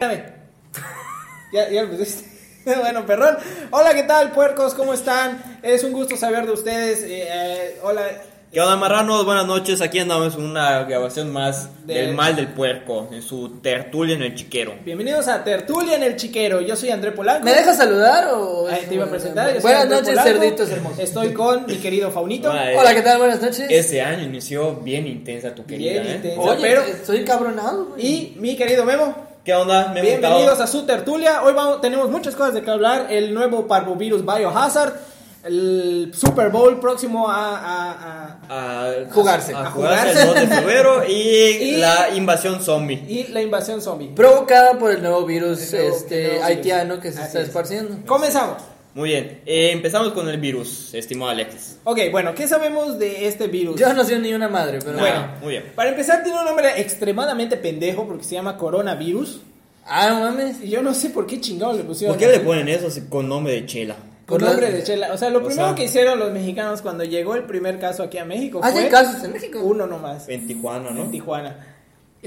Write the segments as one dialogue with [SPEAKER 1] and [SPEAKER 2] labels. [SPEAKER 1] Ya, ya lo pusiste. bueno, perdón. Hola, ¿qué tal, puercos? ¿Cómo están? Es un gusto saber de ustedes. Eh, eh, hola.
[SPEAKER 2] ¿Qué onda, marranos? Buenas noches. Aquí andamos en una grabación más
[SPEAKER 1] De-
[SPEAKER 2] del mal del puerco, en su tertulia en el chiquero.
[SPEAKER 1] Bienvenidos a Tertulia en el Chiquero. Yo soy André Polanco.
[SPEAKER 3] ¿Me dejas saludar o...? este,
[SPEAKER 1] Ahí Ah, te iba a presentar. Yo soy
[SPEAKER 3] Buenas
[SPEAKER 1] André
[SPEAKER 3] noches,
[SPEAKER 1] Polanco.
[SPEAKER 3] cerditos hermosos.
[SPEAKER 1] Estoy con mi querido Faunito.
[SPEAKER 2] Hola, eh.
[SPEAKER 3] Hola, ¿qué tal? Buenas noches.
[SPEAKER 2] Este año inició bien intensa tu querida.
[SPEAKER 1] Bien
[SPEAKER 2] ¿eh?
[SPEAKER 1] intensa.
[SPEAKER 3] Oye,
[SPEAKER 1] pero-
[SPEAKER 3] estoy encabronado, güey.
[SPEAKER 1] Y mi querido Memo.
[SPEAKER 2] ¿Qué onda? Me he
[SPEAKER 1] Bienvenidos
[SPEAKER 2] mutado.
[SPEAKER 1] a su tertulia. Hoy vamos, tenemos muchas cosas de que hablar. El nuevo parvovirus Biohazard. El Super Bowl próximo a- a- a,
[SPEAKER 2] a
[SPEAKER 3] Jugarse.
[SPEAKER 2] A
[SPEAKER 1] A
[SPEAKER 2] jugarse el 2 de febrero y,
[SPEAKER 1] Y-
[SPEAKER 2] la invasión zombie.
[SPEAKER 1] y la invasión zombie.
[SPEAKER 3] Provocada por el nuevo virus
[SPEAKER 1] El nuevo- el
[SPEAKER 3] este,
[SPEAKER 1] nuevo virus.
[SPEAKER 3] haitiano que se
[SPEAKER 1] Así
[SPEAKER 3] está
[SPEAKER 1] es.
[SPEAKER 3] esparciendo.
[SPEAKER 1] Comenzamos.
[SPEAKER 2] Muy bien. eh, empezamos con el virus, estimado Alexis.
[SPEAKER 1] Ok, bueno, ¿qué sabemos de este virus?
[SPEAKER 3] Yo no soy ni una madre, pero...
[SPEAKER 2] Nah,
[SPEAKER 1] Bueno.
[SPEAKER 2] Muy bien.
[SPEAKER 1] Para empezar, tiene un nombre extremadamente pendejo porque se llama coronavirus.
[SPEAKER 3] Ah, no mames.
[SPEAKER 1] Y yo no sé por qué chingados le pusieron.
[SPEAKER 2] ¿Por qué le ponen eso si- con nombre de chela?
[SPEAKER 1] Con
[SPEAKER 3] Por
[SPEAKER 1] nombre
[SPEAKER 3] la-
[SPEAKER 1] de chela. O sea, lo
[SPEAKER 2] O
[SPEAKER 1] primero
[SPEAKER 2] sea-
[SPEAKER 1] que hicieron los mexicanos cuando llegó el primer caso aquí a México
[SPEAKER 3] ¿Hacen
[SPEAKER 1] fue
[SPEAKER 3] casos en México?
[SPEAKER 1] uno nomás
[SPEAKER 2] En Tijuana, ¿no?
[SPEAKER 1] en Tijuana.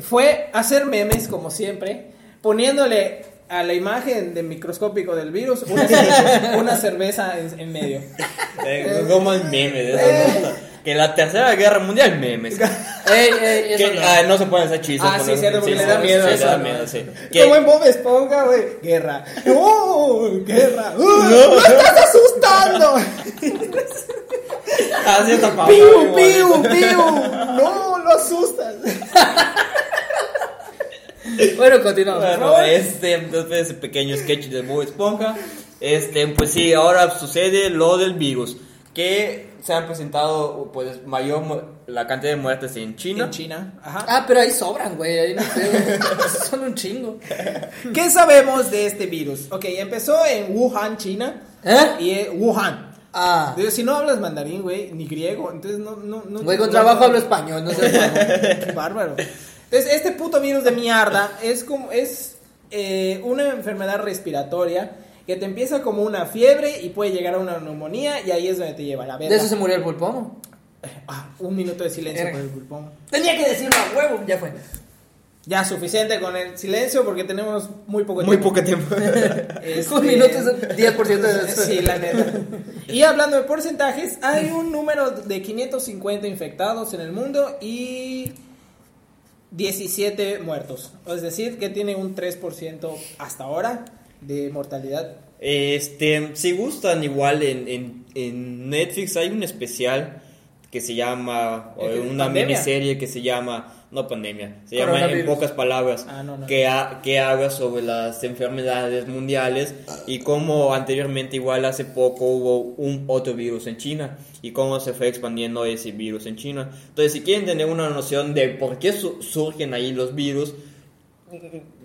[SPEAKER 1] Fue hacer memes como siempre, poniéndole a la imagen de microscópico del virus una, cer- una cerveza en, en medio.
[SPEAKER 2] Eh, como el meme de
[SPEAKER 1] Eh.
[SPEAKER 2] esas, ¿no? Que la tercera guerra mundial memes.
[SPEAKER 3] Ey, ey, eso
[SPEAKER 2] Que-
[SPEAKER 3] no.
[SPEAKER 2] ah, no se pueden hacer chistes.
[SPEAKER 1] Ah,
[SPEAKER 2] con
[SPEAKER 1] sí,
[SPEAKER 2] eso.
[SPEAKER 1] cierto, porque le da
[SPEAKER 2] sí,
[SPEAKER 1] miedo
[SPEAKER 2] sí,
[SPEAKER 1] eso,
[SPEAKER 2] le da
[SPEAKER 1] ¿no?
[SPEAKER 2] miedo, sí. Que-
[SPEAKER 1] Como en Bob Esponja, güey. Guerra. ¡Oh! ¡Guerra! ¡Uh! ¡No estás asustando!
[SPEAKER 2] así ah, está papá,
[SPEAKER 1] ¡Piu,
[SPEAKER 2] igual.
[SPEAKER 1] piu, piu! ¡No, lo asustas!
[SPEAKER 3] Bueno, continuamos.
[SPEAKER 1] Bueno.
[SPEAKER 2] Bueno, este, entonces ese pequeño sketch de Bob Esponja. Este, pues sí, ahora sucede lo del virus. Que se han presentado, pues, mayor mu- la cantidad de muertes en China.
[SPEAKER 1] En China. Ajá.
[SPEAKER 3] Ah, pero ahí sobran, güey. Ahí no sé, güey. Son un chingo.
[SPEAKER 1] ¿Qué sabemos de este virus? Ok, empezó en Wuhan, China.
[SPEAKER 3] ¿Eh?
[SPEAKER 1] Y eh, Wuhan.
[SPEAKER 3] Ah.
[SPEAKER 1] Digo, si no hablas mandarín, güey, ni griego, entonces no... no, no
[SPEAKER 3] Güey,
[SPEAKER 1] no-
[SPEAKER 3] con trabajo
[SPEAKER 1] no-
[SPEAKER 3] hablo español, no seas mamón.
[SPEAKER 1] Qué bárbaro. Entonces, este puto virus de mierda es como es eh, una enfermedad respiratoria que te empieza como una fiebre y puede llegar a una neumonía y ahí es donde te lleva la
[SPEAKER 3] De
[SPEAKER 1] verga.
[SPEAKER 3] eso se murió el pulpomo.
[SPEAKER 1] Ah, un minuto de silencio
[SPEAKER 3] Verga.
[SPEAKER 1] por el pulpón.
[SPEAKER 3] Tenía que decirlo a huevo. Ya fue.
[SPEAKER 1] Ya suficiente con el silencio porque tenemos muy poco
[SPEAKER 2] Muy
[SPEAKER 1] tiempo.
[SPEAKER 2] poco tiempo.
[SPEAKER 1] Este,
[SPEAKER 3] Un minuto es el 10% de
[SPEAKER 1] Sí, la neta. Y hablando de porcentajes, hay un número de 550 infectados en el mundo y 17 muertos. Es decir, que tiene un 3% hasta ahora de mortalidad.
[SPEAKER 2] Este, si gustan, igual en, en, en Netflix hay un especial que se llama, o
[SPEAKER 1] Eh,
[SPEAKER 2] una
[SPEAKER 1] pandemia.
[SPEAKER 2] miniserie que se llama, no pandemia, se llama En
[SPEAKER 3] Coronavirus.
[SPEAKER 2] pocas palabras,
[SPEAKER 1] Ah, no, no.
[SPEAKER 2] Que, ha- que habla sobre las enfermedades mundiales y cómo anteriormente, igual hace poco, hubo un otro virus en China y cómo se fue expandiendo ese virus en China. Entonces, si quieren tener una noción de por qué su- surgen ahí los virus,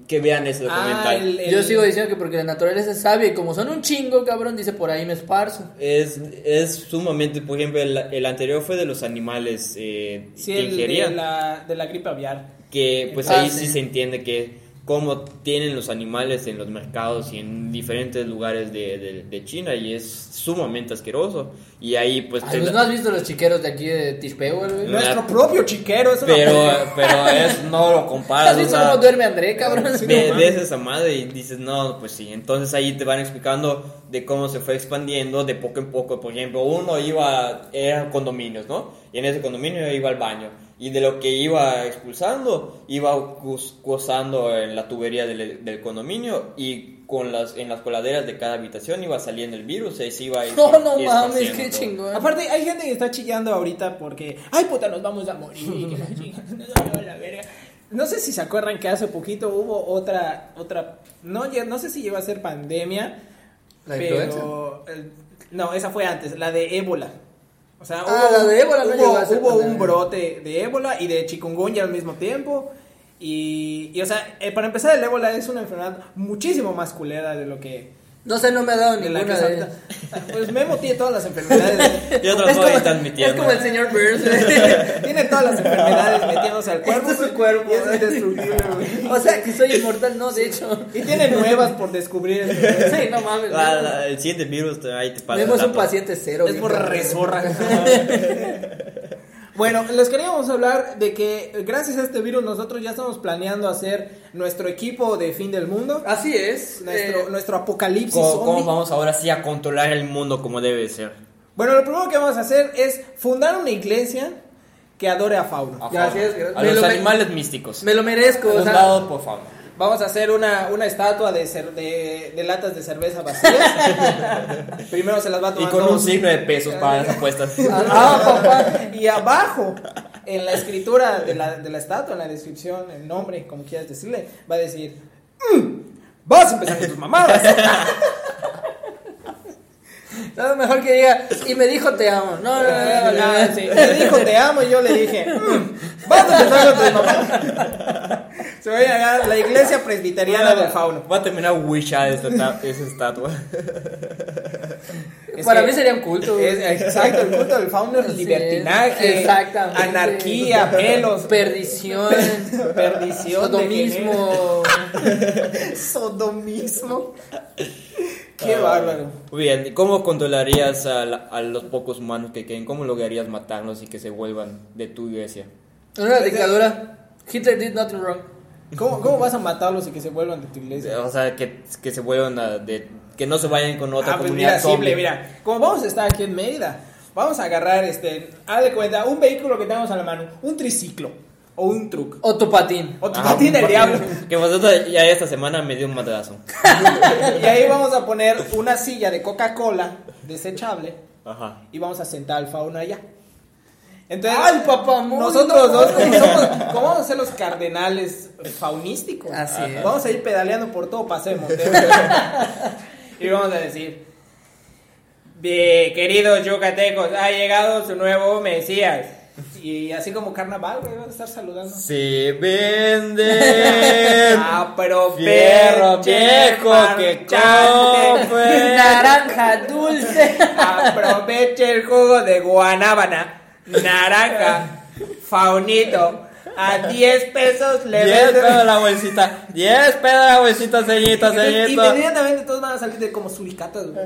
[SPEAKER 2] que vean ese
[SPEAKER 1] Ah,
[SPEAKER 2] documental.
[SPEAKER 1] el- el-
[SPEAKER 3] Yo sigo diciendo que porque la naturaleza es sabia y como son un chingo, cabrón, dice por ahí me esparzo.
[SPEAKER 2] Es, es sumamente, por ejemplo, el, el anterior fue de los animales eh,
[SPEAKER 1] Sí,
[SPEAKER 2] que
[SPEAKER 1] el de
[SPEAKER 2] ingerían,
[SPEAKER 1] la, de la gripe aviar.
[SPEAKER 2] que pues
[SPEAKER 3] Ah,
[SPEAKER 2] ahí
[SPEAKER 3] sí.
[SPEAKER 2] sí se entiende que cómo tienen los animales en los mercados y en diferentes lugares de, de- de China y es sumamente asqueroso. Y ahí pues...
[SPEAKER 3] Ay,
[SPEAKER 2] te da-
[SPEAKER 3] pues, ¿No has visto los chiqueros de aquí de Tispeo, güey?
[SPEAKER 2] No,
[SPEAKER 1] Nuestro propio chiquero. Es una
[SPEAKER 2] pero, pero es, no lo comparas.
[SPEAKER 3] ¿Has
[SPEAKER 2] o
[SPEAKER 3] visto
[SPEAKER 2] sea,
[SPEAKER 3] cómo duerme André, cabrón?
[SPEAKER 1] Sí, no
[SPEAKER 2] Ve-
[SPEAKER 1] mames.
[SPEAKER 2] ves esa madre y dices, no, pues sí. Entonces ahí te van explicando de cómo se fue expandiendo de poco en poco. Por ejemplo, uno iba, eran condominios, ¿no? Y en ese condominio iba al baño. Y de lo que iba expulsando, iba cus- cruzando en la tubería del, del condominio y con las, en las coladeras de cada habitación iba saliendo el virus. Y ahí se iba
[SPEAKER 3] No, no
[SPEAKER 2] esparciendo
[SPEAKER 3] mames, qué
[SPEAKER 2] todo.
[SPEAKER 3] chingón.
[SPEAKER 1] Aparte, hay gente que está chillando ahorita porque, ay puta, nos vamos a morir. y que la chinga, no, la verga". No sé si se acuerdan que hace poquito hubo otra, otra, no, lle- no sé si llegó a ser pandemia,
[SPEAKER 3] ¿La
[SPEAKER 1] pero eh, no, esa fue antes, la de ébola. O sea,
[SPEAKER 3] Ah, la de ébola no
[SPEAKER 1] hubo,
[SPEAKER 3] llegó a ser
[SPEAKER 1] hubo un
[SPEAKER 3] pandemia.
[SPEAKER 1] brote de ébola y de chikungunya al mismo tiempo. Y, y, o sea, eh, para empezar, el ébola es una enfermedad muchísimo más culera de lo que...
[SPEAKER 3] No sé, no me ha dado
[SPEAKER 1] De
[SPEAKER 3] ninguna
[SPEAKER 1] la que
[SPEAKER 3] de
[SPEAKER 1] se-
[SPEAKER 3] ellas.
[SPEAKER 1] Pues Memo tiene todas las enfermedades.
[SPEAKER 2] Yo
[SPEAKER 3] Es
[SPEAKER 2] trato
[SPEAKER 3] como-
[SPEAKER 2] de estar admitiendo.
[SPEAKER 3] Es como el señor Burns. güey.
[SPEAKER 1] Tiene todas las enfermedades metiéndose al cuerpo.
[SPEAKER 3] Este es su cuerpo,
[SPEAKER 1] Y es
[SPEAKER 3] güey.
[SPEAKER 1] indestructible, güey.
[SPEAKER 3] o sea, que soy inmortal, no, de hecho.
[SPEAKER 1] Y tiene nuevas por descubrir. güey.
[SPEAKER 3] Sí, no mames.
[SPEAKER 2] Ah, la- el siguiente virus ahí te pasa. el
[SPEAKER 3] Vemos un
[SPEAKER 2] dato.
[SPEAKER 3] paciente cero.
[SPEAKER 1] Es
[SPEAKER 3] güey.
[SPEAKER 1] por resorra. Bueno, les queríamos hablar de que gracias a este virus nosotros ya estamos planeando hacer nuestro equipo de fin del mundo,
[SPEAKER 3] Así es.
[SPEAKER 1] nuestro,
[SPEAKER 3] eh,
[SPEAKER 1] nuestro apocalipsis
[SPEAKER 2] ¿Cómo,
[SPEAKER 1] zombie.
[SPEAKER 2] cómo vamos ahora sí a controlar el mundo como debe de ser?
[SPEAKER 1] Bueno, lo primero que vamos a hacer es fundar una iglesia que adore a Fauno.
[SPEAKER 2] A
[SPEAKER 3] Gracias,
[SPEAKER 2] favor.
[SPEAKER 3] gracias.
[SPEAKER 2] A
[SPEAKER 3] Me
[SPEAKER 2] los
[SPEAKER 3] lo-
[SPEAKER 2] animales místicos.
[SPEAKER 3] Me lo merezco. o sea,
[SPEAKER 2] Fundado por favor.
[SPEAKER 1] Vamos a hacer una, una estatua de, cer- de, de latas de cerveza vacías. Primero se las va a
[SPEAKER 2] Y
[SPEAKER 1] tomar
[SPEAKER 2] con
[SPEAKER 1] todo
[SPEAKER 2] un signo de pesos para las apuestas.
[SPEAKER 1] Ah, papá. Y abajo, en la escritura de la, de la estatua, en la descripción, el nombre, como quieras decirle, va a decir: "Mm, Vas a empezar con tus mamadas.
[SPEAKER 3] no, mejor que diga. Y me dijo te amo. No, no, no. no, no, no.
[SPEAKER 1] Ah, Sí, Me dijo: Te amo, y yo le dije: "Mm, Vas a empezar con tus mamadas. Se va a llamar la iglesia presbiteriana del fauno.
[SPEAKER 2] Va a terminar Wisha esta ta- esa estatua.
[SPEAKER 1] Es
[SPEAKER 3] Para
[SPEAKER 1] que-
[SPEAKER 3] mí sería un culto.
[SPEAKER 1] Es- exacto, el culto del fauno es
[SPEAKER 3] Así es,
[SPEAKER 1] libertinaje,
[SPEAKER 3] exactamente.
[SPEAKER 1] anarquía, pelos,
[SPEAKER 3] Perdición.
[SPEAKER 1] perdición,
[SPEAKER 3] Sodomismo.
[SPEAKER 1] degeneración, sodomismo. Qué bárbaro.
[SPEAKER 2] Muy bien, ¿y ¿cómo controlarías a, la- a los pocos humanos que queden? ¿Cómo lograrías matarlos y que se vuelvan de tu iglesia?
[SPEAKER 3] Una dictadura. Hitler did nothing wrong.
[SPEAKER 1] ¿Cómo, cómo vas a matarlos y que se vuelvan de tu iglesia?
[SPEAKER 2] O sea, que, que se vuelvan a- de... Que no se vayan con otra
[SPEAKER 1] Ah, pues
[SPEAKER 2] comunidad
[SPEAKER 1] mira, simple,
[SPEAKER 2] zombie.
[SPEAKER 1] mira. Como vamos a estar aquí en Mérida, vamos a agarrar, este, haz de cuenta, un vehículo que tengamos a la mano, un triciclo o un truck.
[SPEAKER 3] O tu patín.
[SPEAKER 1] O tu
[SPEAKER 2] Ah,
[SPEAKER 1] patín del
[SPEAKER 2] porque-
[SPEAKER 1] diablo.
[SPEAKER 2] Que vosotros ya esta semana me dio un madrazo.
[SPEAKER 1] Y ahí vamos a poner una silla de Coca-Cola desechable.
[SPEAKER 2] Ajá.
[SPEAKER 1] y vamos a sentar al fauno allá. Entonces,
[SPEAKER 3] ¡Ay, papá, muy
[SPEAKER 1] nosotros
[SPEAKER 3] no!
[SPEAKER 1] dos, como somos, como vamos a ser los cardenales faunísticos?
[SPEAKER 3] Así es.
[SPEAKER 1] Vamos a ir pedaleando por todo Paseo de Montero. y vamos a decir, "Bien, queridos yucatecos, ha llegado su nuevo Mesías. Y así como carnaval, güey, van a estar saludando.
[SPEAKER 2] Se vende.
[SPEAKER 1] Ah, pero
[SPEAKER 2] Fierro
[SPEAKER 1] pinche
[SPEAKER 2] viejo que pues.
[SPEAKER 1] marchante.
[SPEAKER 2] compre.
[SPEAKER 3] Naranja dulce.
[SPEAKER 1] Aproveche el jugo de guanábana, naranja, faunito. A 10 pesos le
[SPEAKER 2] 10
[SPEAKER 1] vendo.
[SPEAKER 2] pedos la bolsita. 10 pedos la bolsita, señorita,
[SPEAKER 1] Entonces,
[SPEAKER 2] señorita.
[SPEAKER 1] Inmediatamente todos van a salir de como suricatas, güey.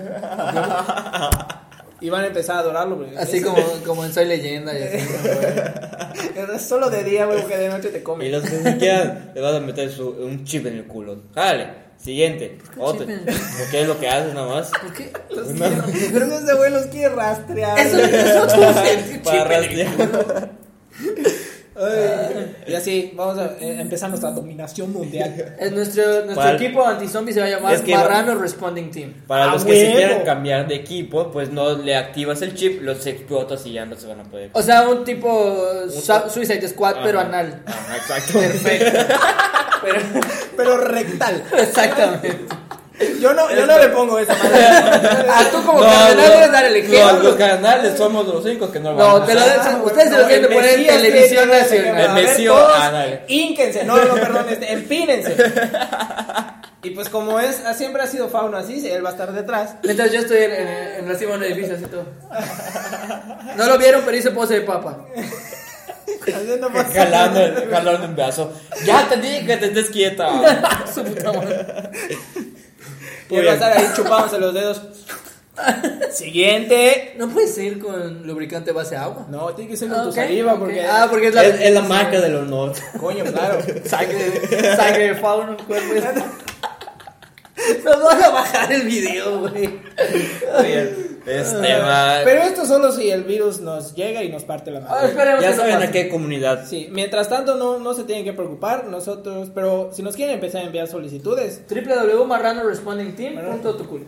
[SPEAKER 1] Y van a empezar a adorarlo, güey.
[SPEAKER 3] Así
[SPEAKER 1] Es-
[SPEAKER 3] como, como en Soy Leyenda. Y así.
[SPEAKER 1] es solo de día, güey, porque de noche te
[SPEAKER 2] Y
[SPEAKER 1] comen.
[SPEAKER 2] los que se quedan, le vas a meter su- un chip en el culo. Dale, siguiente. Otro.
[SPEAKER 3] chip en el
[SPEAKER 2] Porque es lo que haces nada más.
[SPEAKER 3] ¿Por qué?
[SPEAKER 1] Los quiere- Creo que ese güey los quiere rastrear.
[SPEAKER 3] Eso
[SPEAKER 1] güey.
[SPEAKER 3] eso es un
[SPEAKER 2] Para
[SPEAKER 3] chip en el-
[SPEAKER 2] rastrear.
[SPEAKER 1] Ay, Y así, vamos a eh, empezar nuestra dominación mundial.
[SPEAKER 3] Es nuestro nuestro
[SPEAKER 2] Para-
[SPEAKER 3] equipo anti-zombie se va a llamar
[SPEAKER 2] Es que-
[SPEAKER 3] Marrano Responding Team.
[SPEAKER 2] Para
[SPEAKER 1] ¡A
[SPEAKER 2] los que se
[SPEAKER 1] huevo!
[SPEAKER 2] quieran cambiar de equipo, pues no le activas el chip, los explotas y ya no se van a poder.
[SPEAKER 3] O sea, un tipo su- Suicide Squad, Ah, pero
[SPEAKER 2] Ajá.
[SPEAKER 3] anal.
[SPEAKER 2] Ajá, exacto.
[SPEAKER 3] Perfecto. Pero-
[SPEAKER 1] Pero rectal.
[SPEAKER 3] exactamente.
[SPEAKER 1] Yo no, yo no le pongo esa madre.
[SPEAKER 3] Ah, tú como
[SPEAKER 2] No,
[SPEAKER 3] cardenal
[SPEAKER 2] no,
[SPEAKER 3] debes dar el ejemplo.
[SPEAKER 2] no, los canales somos los únicos que no lo
[SPEAKER 3] No,
[SPEAKER 2] van a
[SPEAKER 3] te lo
[SPEAKER 2] hacer.
[SPEAKER 3] de- ustedes se lo tienen que poner en televisión nacional.
[SPEAKER 2] El Mesío, ah, dale.
[SPEAKER 1] Ínquense, no, no, perdón, este, empínense. Y pues como es, ah, siempre ha sido fauno así, él va a estar detrás.
[SPEAKER 3] Mientras yo estoy en, en, en la cima de un edificio, así todo. No lo vieron, pero hice pose de papa.
[SPEAKER 1] haciendo más-
[SPEAKER 2] Jalando, el- jalando un brazo. Ya te dije que te estés quieta.
[SPEAKER 3] Su puta madre.
[SPEAKER 1] Y él va a estar ahí chupándose los dedos. Siguiente.
[SPEAKER 3] No puedes ir con lubricante base agua.
[SPEAKER 1] No, tiene que ser con
[SPEAKER 3] Ah,
[SPEAKER 1] tu
[SPEAKER 3] ok,
[SPEAKER 1] saliva
[SPEAKER 3] ok.
[SPEAKER 1] porque...
[SPEAKER 3] Ah, porque
[SPEAKER 2] Es,
[SPEAKER 3] es la,
[SPEAKER 2] es la marca del honor.
[SPEAKER 1] Coño, claro. Este,
[SPEAKER 3] Sangre, sangre de fauno, cuerpo de- Nos van a bajar el video, güey.
[SPEAKER 2] Este va.
[SPEAKER 1] Pero esto solo si el virus nos llega y nos parte la
[SPEAKER 3] Ah,
[SPEAKER 1] madre.
[SPEAKER 3] esperemos
[SPEAKER 2] Ya
[SPEAKER 3] que no
[SPEAKER 2] saben
[SPEAKER 3] pase.
[SPEAKER 2] a qué comunidad.
[SPEAKER 1] Sí, mientras tanto no, no se tienen que preocupar nosotros, pero si nos quieren empezar a enviar solicitudes,
[SPEAKER 3] www.marranorespondingteam.tucul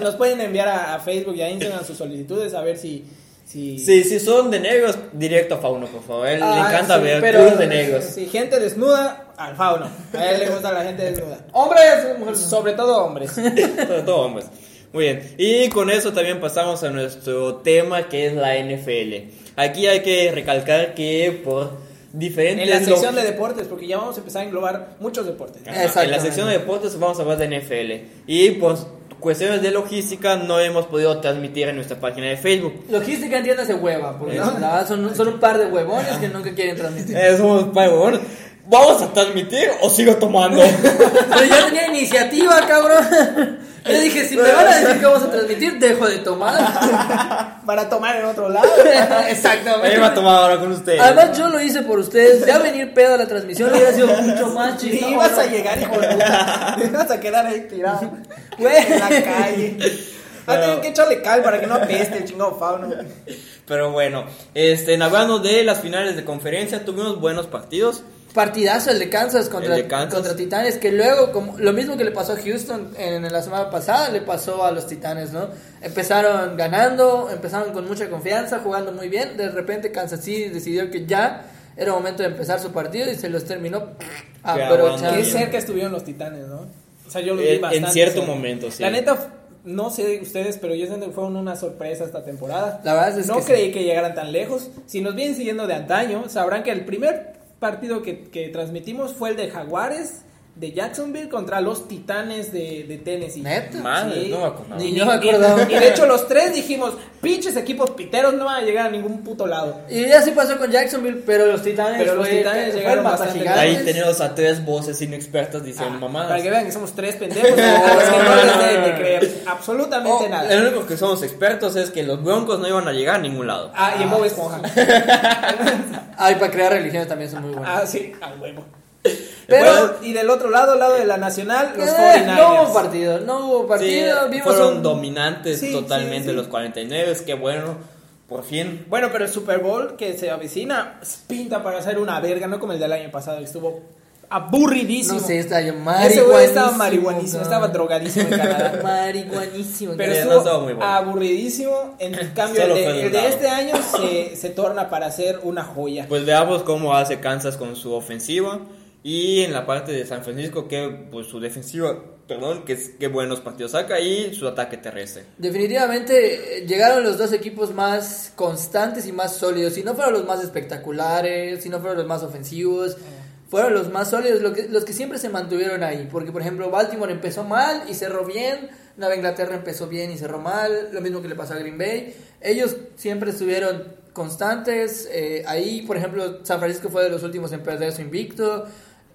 [SPEAKER 1] Nos pueden enviar a, a Facebook y a Instagram sus solicitudes a ver si. si
[SPEAKER 2] Sí, si son de negros, directo a Fauno, por favor. Él
[SPEAKER 3] Ah,
[SPEAKER 2] le encanta
[SPEAKER 3] sí,
[SPEAKER 2] ver
[SPEAKER 3] pero-
[SPEAKER 2] puros de negros.
[SPEAKER 1] si gente desnuda, al fauno. A él le gusta la gente desnuda.
[SPEAKER 3] Hombres, mujeres.
[SPEAKER 1] Sobre todo hombres.
[SPEAKER 2] Todo, todo hombres. Muy bien. Y con eso también pasamos a nuestro tema que es la NFL. Aquí hay que recalcar que por diferentes
[SPEAKER 1] En la
[SPEAKER 2] lo-
[SPEAKER 1] sección de deportes, porque ya vamos a empezar a englobar muchos deportes.
[SPEAKER 2] Ajá, En la
[SPEAKER 3] Exactamente.
[SPEAKER 2] sección de deportes vamos a hablar de NFL. Y por cuestiones de logística no hemos podido transmitir en nuestra página de Facebook.
[SPEAKER 3] Logística entiéndase hueva, porque
[SPEAKER 2] Eso.
[SPEAKER 3] la verdad son, son un par de huevones que nunca quieren transmitir.
[SPEAKER 2] Eh, somos pagos. ¿Vamos a transmitir o sigo tomando?
[SPEAKER 3] Pero yo tenía iniciativa, cabrón. Yo dije, si me van a decir que vamos a transmitir, dejo de tomar.
[SPEAKER 1] Para tomar en otro lado.
[SPEAKER 2] Ahí va a
[SPEAKER 3] Exactamente.
[SPEAKER 2] tomar ahora con ustedes.
[SPEAKER 3] Además, yo lo hice por ustedes. Ya venir pedo a la transmisión hubiera sido mucho más
[SPEAKER 1] Y
[SPEAKER 3] chido.
[SPEAKER 1] ibas a llegar, hijo de puta. Te ibas a quedar ahí tirado.
[SPEAKER 3] Güey.
[SPEAKER 1] En la calle. Ah,
[SPEAKER 2] No.
[SPEAKER 1] tienen que echarle cal para que no apeste el chingado fauno.
[SPEAKER 2] Pero bueno, este, hablando de las finales de conferencia, tuvimos buenos partidos.
[SPEAKER 3] Partidazo el de Kansas contra,
[SPEAKER 2] El de Kansas.
[SPEAKER 3] contra Titanes, que luego, como, lo mismo que le pasó a Houston en, la semana pasada, le pasó a los Titanes, ¿no? Empezaron ganando, empezaron con mucha confianza, jugando muy bien. De repente Kansas City decidió que ya era momento de empezar su partido y se los terminó
[SPEAKER 2] Está
[SPEAKER 1] Qué
[SPEAKER 2] bien.
[SPEAKER 3] aprovechando.
[SPEAKER 1] cerca estuvieron los titanes, ¿no? O sea, yo lo
[SPEAKER 2] Eh,
[SPEAKER 1] vi
[SPEAKER 2] en
[SPEAKER 1] bastante.
[SPEAKER 2] cierto
[SPEAKER 1] cerca.
[SPEAKER 2] momento, sí.
[SPEAKER 1] La neta, no sé ustedes, pero yo siento que fueron una sorpresa esta temporada.
[SPEAKER 3] La verdad es
[SPEAKER 1] no
[SPEAKER 3] que sí.
[SPEAKER 1] creí que llegaran tan lejos. Si nos vienen siguiendo de antaño, sabrán que el primer partido que, que transmitimos fue el de Jaguares de Jacksonville contra los Titanes de, de Tennessee.
[SPEAKER 3] ¿Neta?
[SPEAKER 2] Madre,
[SPEAKER 1] Sí.
[SPEAKER 2] no me acordaba.
[SPEAKER 3] Ni yo me acordaba.
[SPEAKER 1] Y de hecho los tres dijimos, pinches equipos piteros no van a llegar a ningún puto lado.
[SPEAKER 3] Y así pasó con Jacksonville, pero los Titanes,
[SPEAKER 1] Pero los
[SPEAKER 3] fue-
[SPEAKER 1] Titanes
[SPEAKER 3] fue
[SPEAKER 1] llegaron
[SPEAKER 3] el
[SPEAKER 1] bastante
[SPEAKER 3] matagigantes.
[SPEAKER 1] Ganes.
[SPEAKER 2] Ahí tenemos a tres voces inexpertas diciendo mamadas.
[SPEAKER 1] Ah, Para que vean que somos tres pendejos
[SPEAKER 3] No,
[SPEAKER 1] a los que
[SPEAKER 3] no,
[SPEAKER 1] no les
[SPEAKER 3] no,
[SPEAKER 1] deben
[SPEAKER 2] no,
[SPEAKER 1] de
[SPEAKER 2] no.
[SPEAKER 1] creer absolutamente
[SPEAKER 2] Oh,
[SPEAKER 1] nada.
[SPEAKER 2] El único que somos expertos es que los broncos no iban a llegar a ningún lado.
[SPEAKER 1] Ah, y en Bob Esponja.
[SPEAKER 3] Ay, para crear religiones también son muy buenos.
[SPEAKER 1] Ah, sí, a huevo.
[SPEAKER 2] Bueno,
[SPEAKER 1] Pero, y del otro lado, al lado de la Nacional, los
[SPEAKER 3] Eh,
[SPEAKER 1] 49ers.
[SPEAKER 3] no hubo partido, no hubo partido.
[SPEAKER 2] Sí,
[SPEAKER 3] vimos
[SPEAKER 2] fueron
[SPEAKER 3] un-
[SPEAKER 2] dominantes
[SPEAKER 1] Sí,
[SPEAKER 2] totalmente
[SPEAKER 1] sí, sí.
[SPEAKER 2] los 49, qué bueno, por fin.
[SPEAKER 1] Bueno, pero el Super Bowl que se avecina pinta para ser una verga, no como el del año pasado, que estuvo aburridísimo.
[SPEAKER 3] No sé, estaba yo
[SPEAKER 1] Ese
[SPEAKER 3] marihuanísimo.
[SPEAKER 1] güey estaba marihuanísimo,
[SPEAKER 3] cabrón.
[SPEAKER 1] estaba drogadísimo en Canadá.
[SPEAKER 3] Marihuanísimo.
[SPEAKER 1] Pero
[SPEAKER 2] Sí,
[SPEAKER 3] cabrón.
[SPEAKER 2] no
[SPEAKER 1] estuvo
[SPEAKER 2] estaba muy bueno.
[SPEAKER 1] aburridísimo. En cambio, el
[SPEAKER 2] Solo
[SPEAKER 1] de,
[SPEAKER 2] fue de un
[SPEAKER 1] el de
[SPEAKER 2] lado.
[SPEAKER 1] este año se, se torna para hacer una joya.
[SPEAKER 2] Pues veamos cómo hace Kansas con su ofensiva y en la parte de San Francisco que pues su defensiva, perdón, que es- qué buenos partidos saca y su ataque terrestre.
[SPEAKER 3] Definitivamente eh, llegaron los dos equipos más constantes y más sólidos. Si no fueron los más espectaculares, si no fueron los más ofensivos, fueron los más sólidos, lo que- los que siempre se mantuvieron ahí. Porque, por ejemplo, Baltimore empezó mal y cerró bien. Nueva Inglaterra empezó bien y cerró mal. Lo mismo que le pasó a Green Bay. Ellos siempre estuvieron constantes. eh, ahí, por ejemplo, San Francisco fue de los últimos en perder su invicto.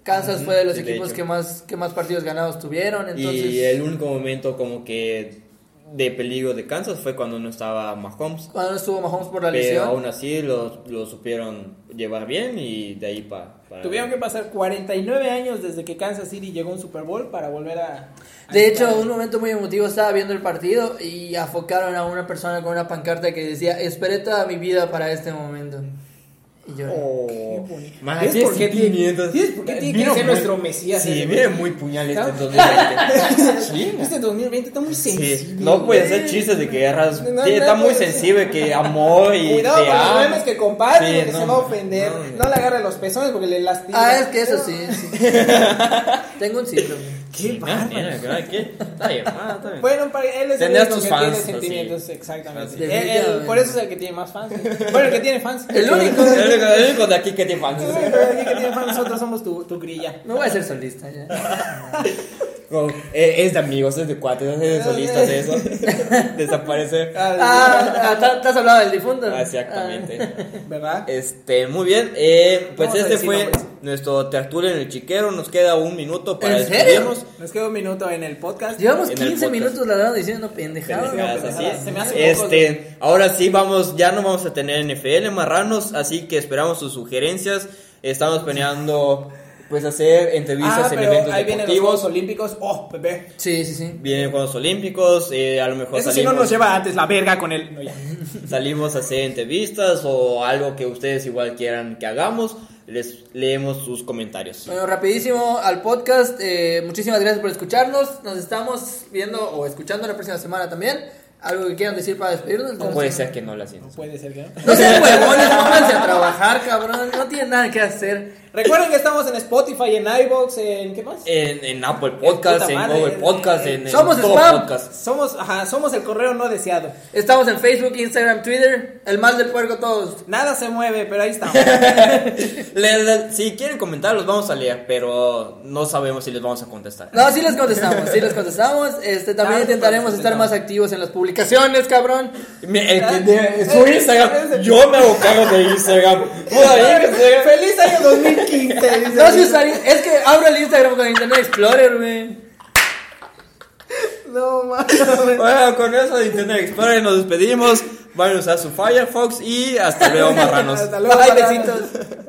[SPEAKER 3] Kansas fue de los
[SPEAKER 2] sí, de
[SPEAKER 3] equipos
[SPEAKER 2] hecho.
[SPEAKER 3] que más, que más partidos ganados tuvieron. Entonces...
[SPEAKER 2] Y el único momento como que de peligro de Kansas fue cuando no estaba Mahomes.
[SPEAKER 3] Cuando no estuvo Mahomes por la
[SPEAKER 2] Pero
[SPEAKER 3] lesión.
[SPEAKER 2] aún así lo, lo supieron llevar bien y de ahí pa- para...
[SPEAKER 1] Tuvieron que pasar 49 años desde que Kansas City llegó a un Super Bowl para volver a. a
[SPEAKER 3] De
[SPEAKER 1] estar
[SPEAKER 3] hecho,
[SPEAKER 1] ahí.
[SPEAKER 3] un momento muy emotivo estaba viendo el partido y afocaron a una persona con una pancarta que decía, esperé toda mi vida para este momento. Y yo...
[SPEAKER 2] Oh,
[SPEAKER 1] Qué bonito.
[SPEAKER 2] man,
[SPEAKER 1] ¿Ves
[SPEAKER 2] tiene
[SPEAKER 1] por qué tiene-
[SPEAKER 2] sentimientos.
[SPEAKER 1] ¿Ves por qué tiene que
[SPEAKER 2] Vino
[SPEAKER 1] ser
[SPEAKER 2] muy-
[SPEAKER 1] nuestro Mesías
[SPEAKER 2] Sí,
[SPEAKER 1] ese,
[SPEAKER 2] viene muy puñal este
[SPEAKER 1] ¿No?
[SPEAKER 2] 2020. Chinga.
[SPEAKER 1] Este 2020 está muy sencillo.
[SPEAKER 2] Sí, no pues, puede hacer chistes de guerras.
[SPEAKER 1] No,
[SPEAKER 2] Sí,
[SPEAKER 1] no
[SPEAKER 2] está muy
[SPEAKER 1] puede ser.
[SPEAKER 2] sensible que amor y
[SPEAKER 1] Cuidado
[SPEAKER 2] te
[SPEAKER 1] con los
[SPEAKER 2] amo.
[SPEAKER 1] memes que comparte,
[SPEAKER 2] Sí,
[SPEAKER 1] porque
[SPEAKER 2] no,
[SPEAKER 1] se va a ofender.
[SPEAKER 2] no,
[SPEAKER 1] No, le agarre los pezones porque le lastima.
[SPEAKER 3] Ah, es que eso sí. sí. Tengo un síndrome.
[SPEAKER 1] Qué
[SPEAKER 2] Sí,
[SPEAKER 1] bárbaro.
[SPEAKER 2] nena, nena, ¿qué? Está bien, ah, está bien.
[SPEAKER 1] Bueno, para- él es el
[SPEAKER 2] Tendrás
[SPEAKER 1] único
[SPEAKER 2] tus
[SPEAKER 1] que
[SPEAKER 2] fans,
[SPEAKER 1] tiene
[SPEAKER 2] así.
[SPEAKER 1] sentimientos, exactamente.
[SPEAKER 2] Así.
[SPEAKER 1] Él- él-
[SPEAKER 3] Definitivamente.
[SPEAKER 1] por eso es el que tiene más fans. ¿eh? Bueno, el que tiene fans.
[SPEAKER 3] El único.
[SPEAKER 2] El único- el único de aquí que tiene fans.
[SPEAKER 1] El único de aquí que tiene fans, nosotros somos tu, tu grilla.
[SPEAKER 3] No voy a ser solista ya.
[SPEAKER 2] Como, eh, es de amigos, es de cuates, es de solistas, eso. Desaparece.
[SPEAKER 3] Ah, ah, ¿te- te has hablado del difunto?
[SPEAKER 2] Ah, Exactamente.
[SPEAKER 1] ¿Verdad?
[SPEAKER 2] Este, muy bien. eh, pues
[SPEAKER 1] Ah. Vamos a
[SPEAKER 2] este
[SPEAKER 1] decir
[SPEAKER 2] fue
[SPEAKER 1] nombres.
[SPEAKER 2] nuestro tertulio en el chiquero. Nos queda un minuto para
[SPEAKER 3] ¿En serio?
[SPEAKER 2] despedirnos.
[SPEAKER 1] Nos queda un minuto en el
[SPEAKER 3] Ah,
[SPEAKER 1] podcast.
[SPEAKER 3] Llevamos
[SPEAKER 2] En el
[SPEAKER 3] 15
[SPEAKER 2] podcast.
[SPEAKER 3] minutos ladrando diciendo pendejadas.
[SPEAKER 2] Pendejadas,
[SPEAKER 1] pendejadas,
[SPEAKER 2] así es.
[SPEAKER 1] se me hace poco,
[SPEAKER 2] Este, ahora sí vamos, ya no vamos a tener NFL marranos, así que esperamos sus sugerencias. Estamos planeando pues hacer entrevistas
[SPEAKER 1] Ah,
[SPEAKER 2] en
[SPEAKER 1] pero
[SPEAKER 2] eventos
[SPEAKER 1] ahí vienen los Juegos
[SPEAKER 2] deportivos.
[SPEAKER 1] Olímpicos. Oh, bebé.
[SPEAKER 3] Sí, sí, sí.
[SPEAKER 2] Vienen Juegos Olímpicos, eh, a lo mejor
[SPEAKER 1] Eso si no
[SPEAKER 2] salimos,
[SPEAKER 1] nos lleva antes la verga con él. No, ya.
[SPEAKER 2] salimos a hacer entrevistas o algo que ustedes igual quieran que hagamos. Les leemos sus comentarios.
[SPEAKER 3] Bueno, rapidísimo al podcast. eh, muchísimas gracias por escucharnos. Nos estamos viendo o escuchando la próxima semana también. ¿Algo que quieran decir para despedirnos?
[SPEAKER 2] No puede ser que no la sientas.
[SPEAKER 1] Puede ser que no.
[SPEAKER 3] No sean huevones, pónganse a trabajar, cabrón. No tienen nada que hacer.
[SPEAKER 1] Recuerden que estamos en Spotify, en iBox, en ¿qué más?
[SPEAKER 2] En, en Apple Podcast,
[SPEAKER 1] Puta
[SPEAKER 2] en
[SPEAKER 1] madre,
[SPEAKER 2] Google
[SPEAKER 1] eh,
[SPEAKER 2] Podcast,
[SPEAKER 1] eh,
[SPEAKER 2] en, en
[SPEAKER 3] somos
[SPEAKER 2] todo
[SPEAKER 3] spam.
[SPEAKER 2] podcast.
[SPEAKER 1] Somos, ajá, somos el correo no deseado.
[SPEAKER 3] Estamos en Facebook, Instagram, Twitter. El mal del puerco todos.
[SPEAKER 1] Nada se mueve, pero ahí estamos.
[SPEAKER 2] Le- le- si quieren comentar, los vamos a leer, pero no sabemos si les vamos a contestar.
[SPEAKER 3] No, sí les contestamos, sí les contestamos. Este, también
[SPEAKER 1] Claro,
[SPEAKER 3] intentaremos
[SPEAKER 1] pues,
[SPEAKER 3] estar
[SPEAKER 1] no.
[SPEAKER 3] más activos en las publicaciones, cabrón.
[SPEAKER 2] Mi- el que- de- su Instagram, yo me hago cargo de Instagram. Puta, ahí que se-
[SPEAKER 1] Feliz año 2015. dice.
[SPEAKER 3] No sé usar, es que abro el Internet Instagram con Internet Explorer, güey.
[SPEAKER 1] No mames.
[SPEAKER 2] Bueno, con eso de Internet Explorer nos despedimos. Vayan a usar su Firefox y hasta luego, marranos.
[SPEAKER 1] Hasta luego,
[SPEAKER 3] Bye,
[SPEAKER 1] marranos.
[SPEAKER 3] besitos.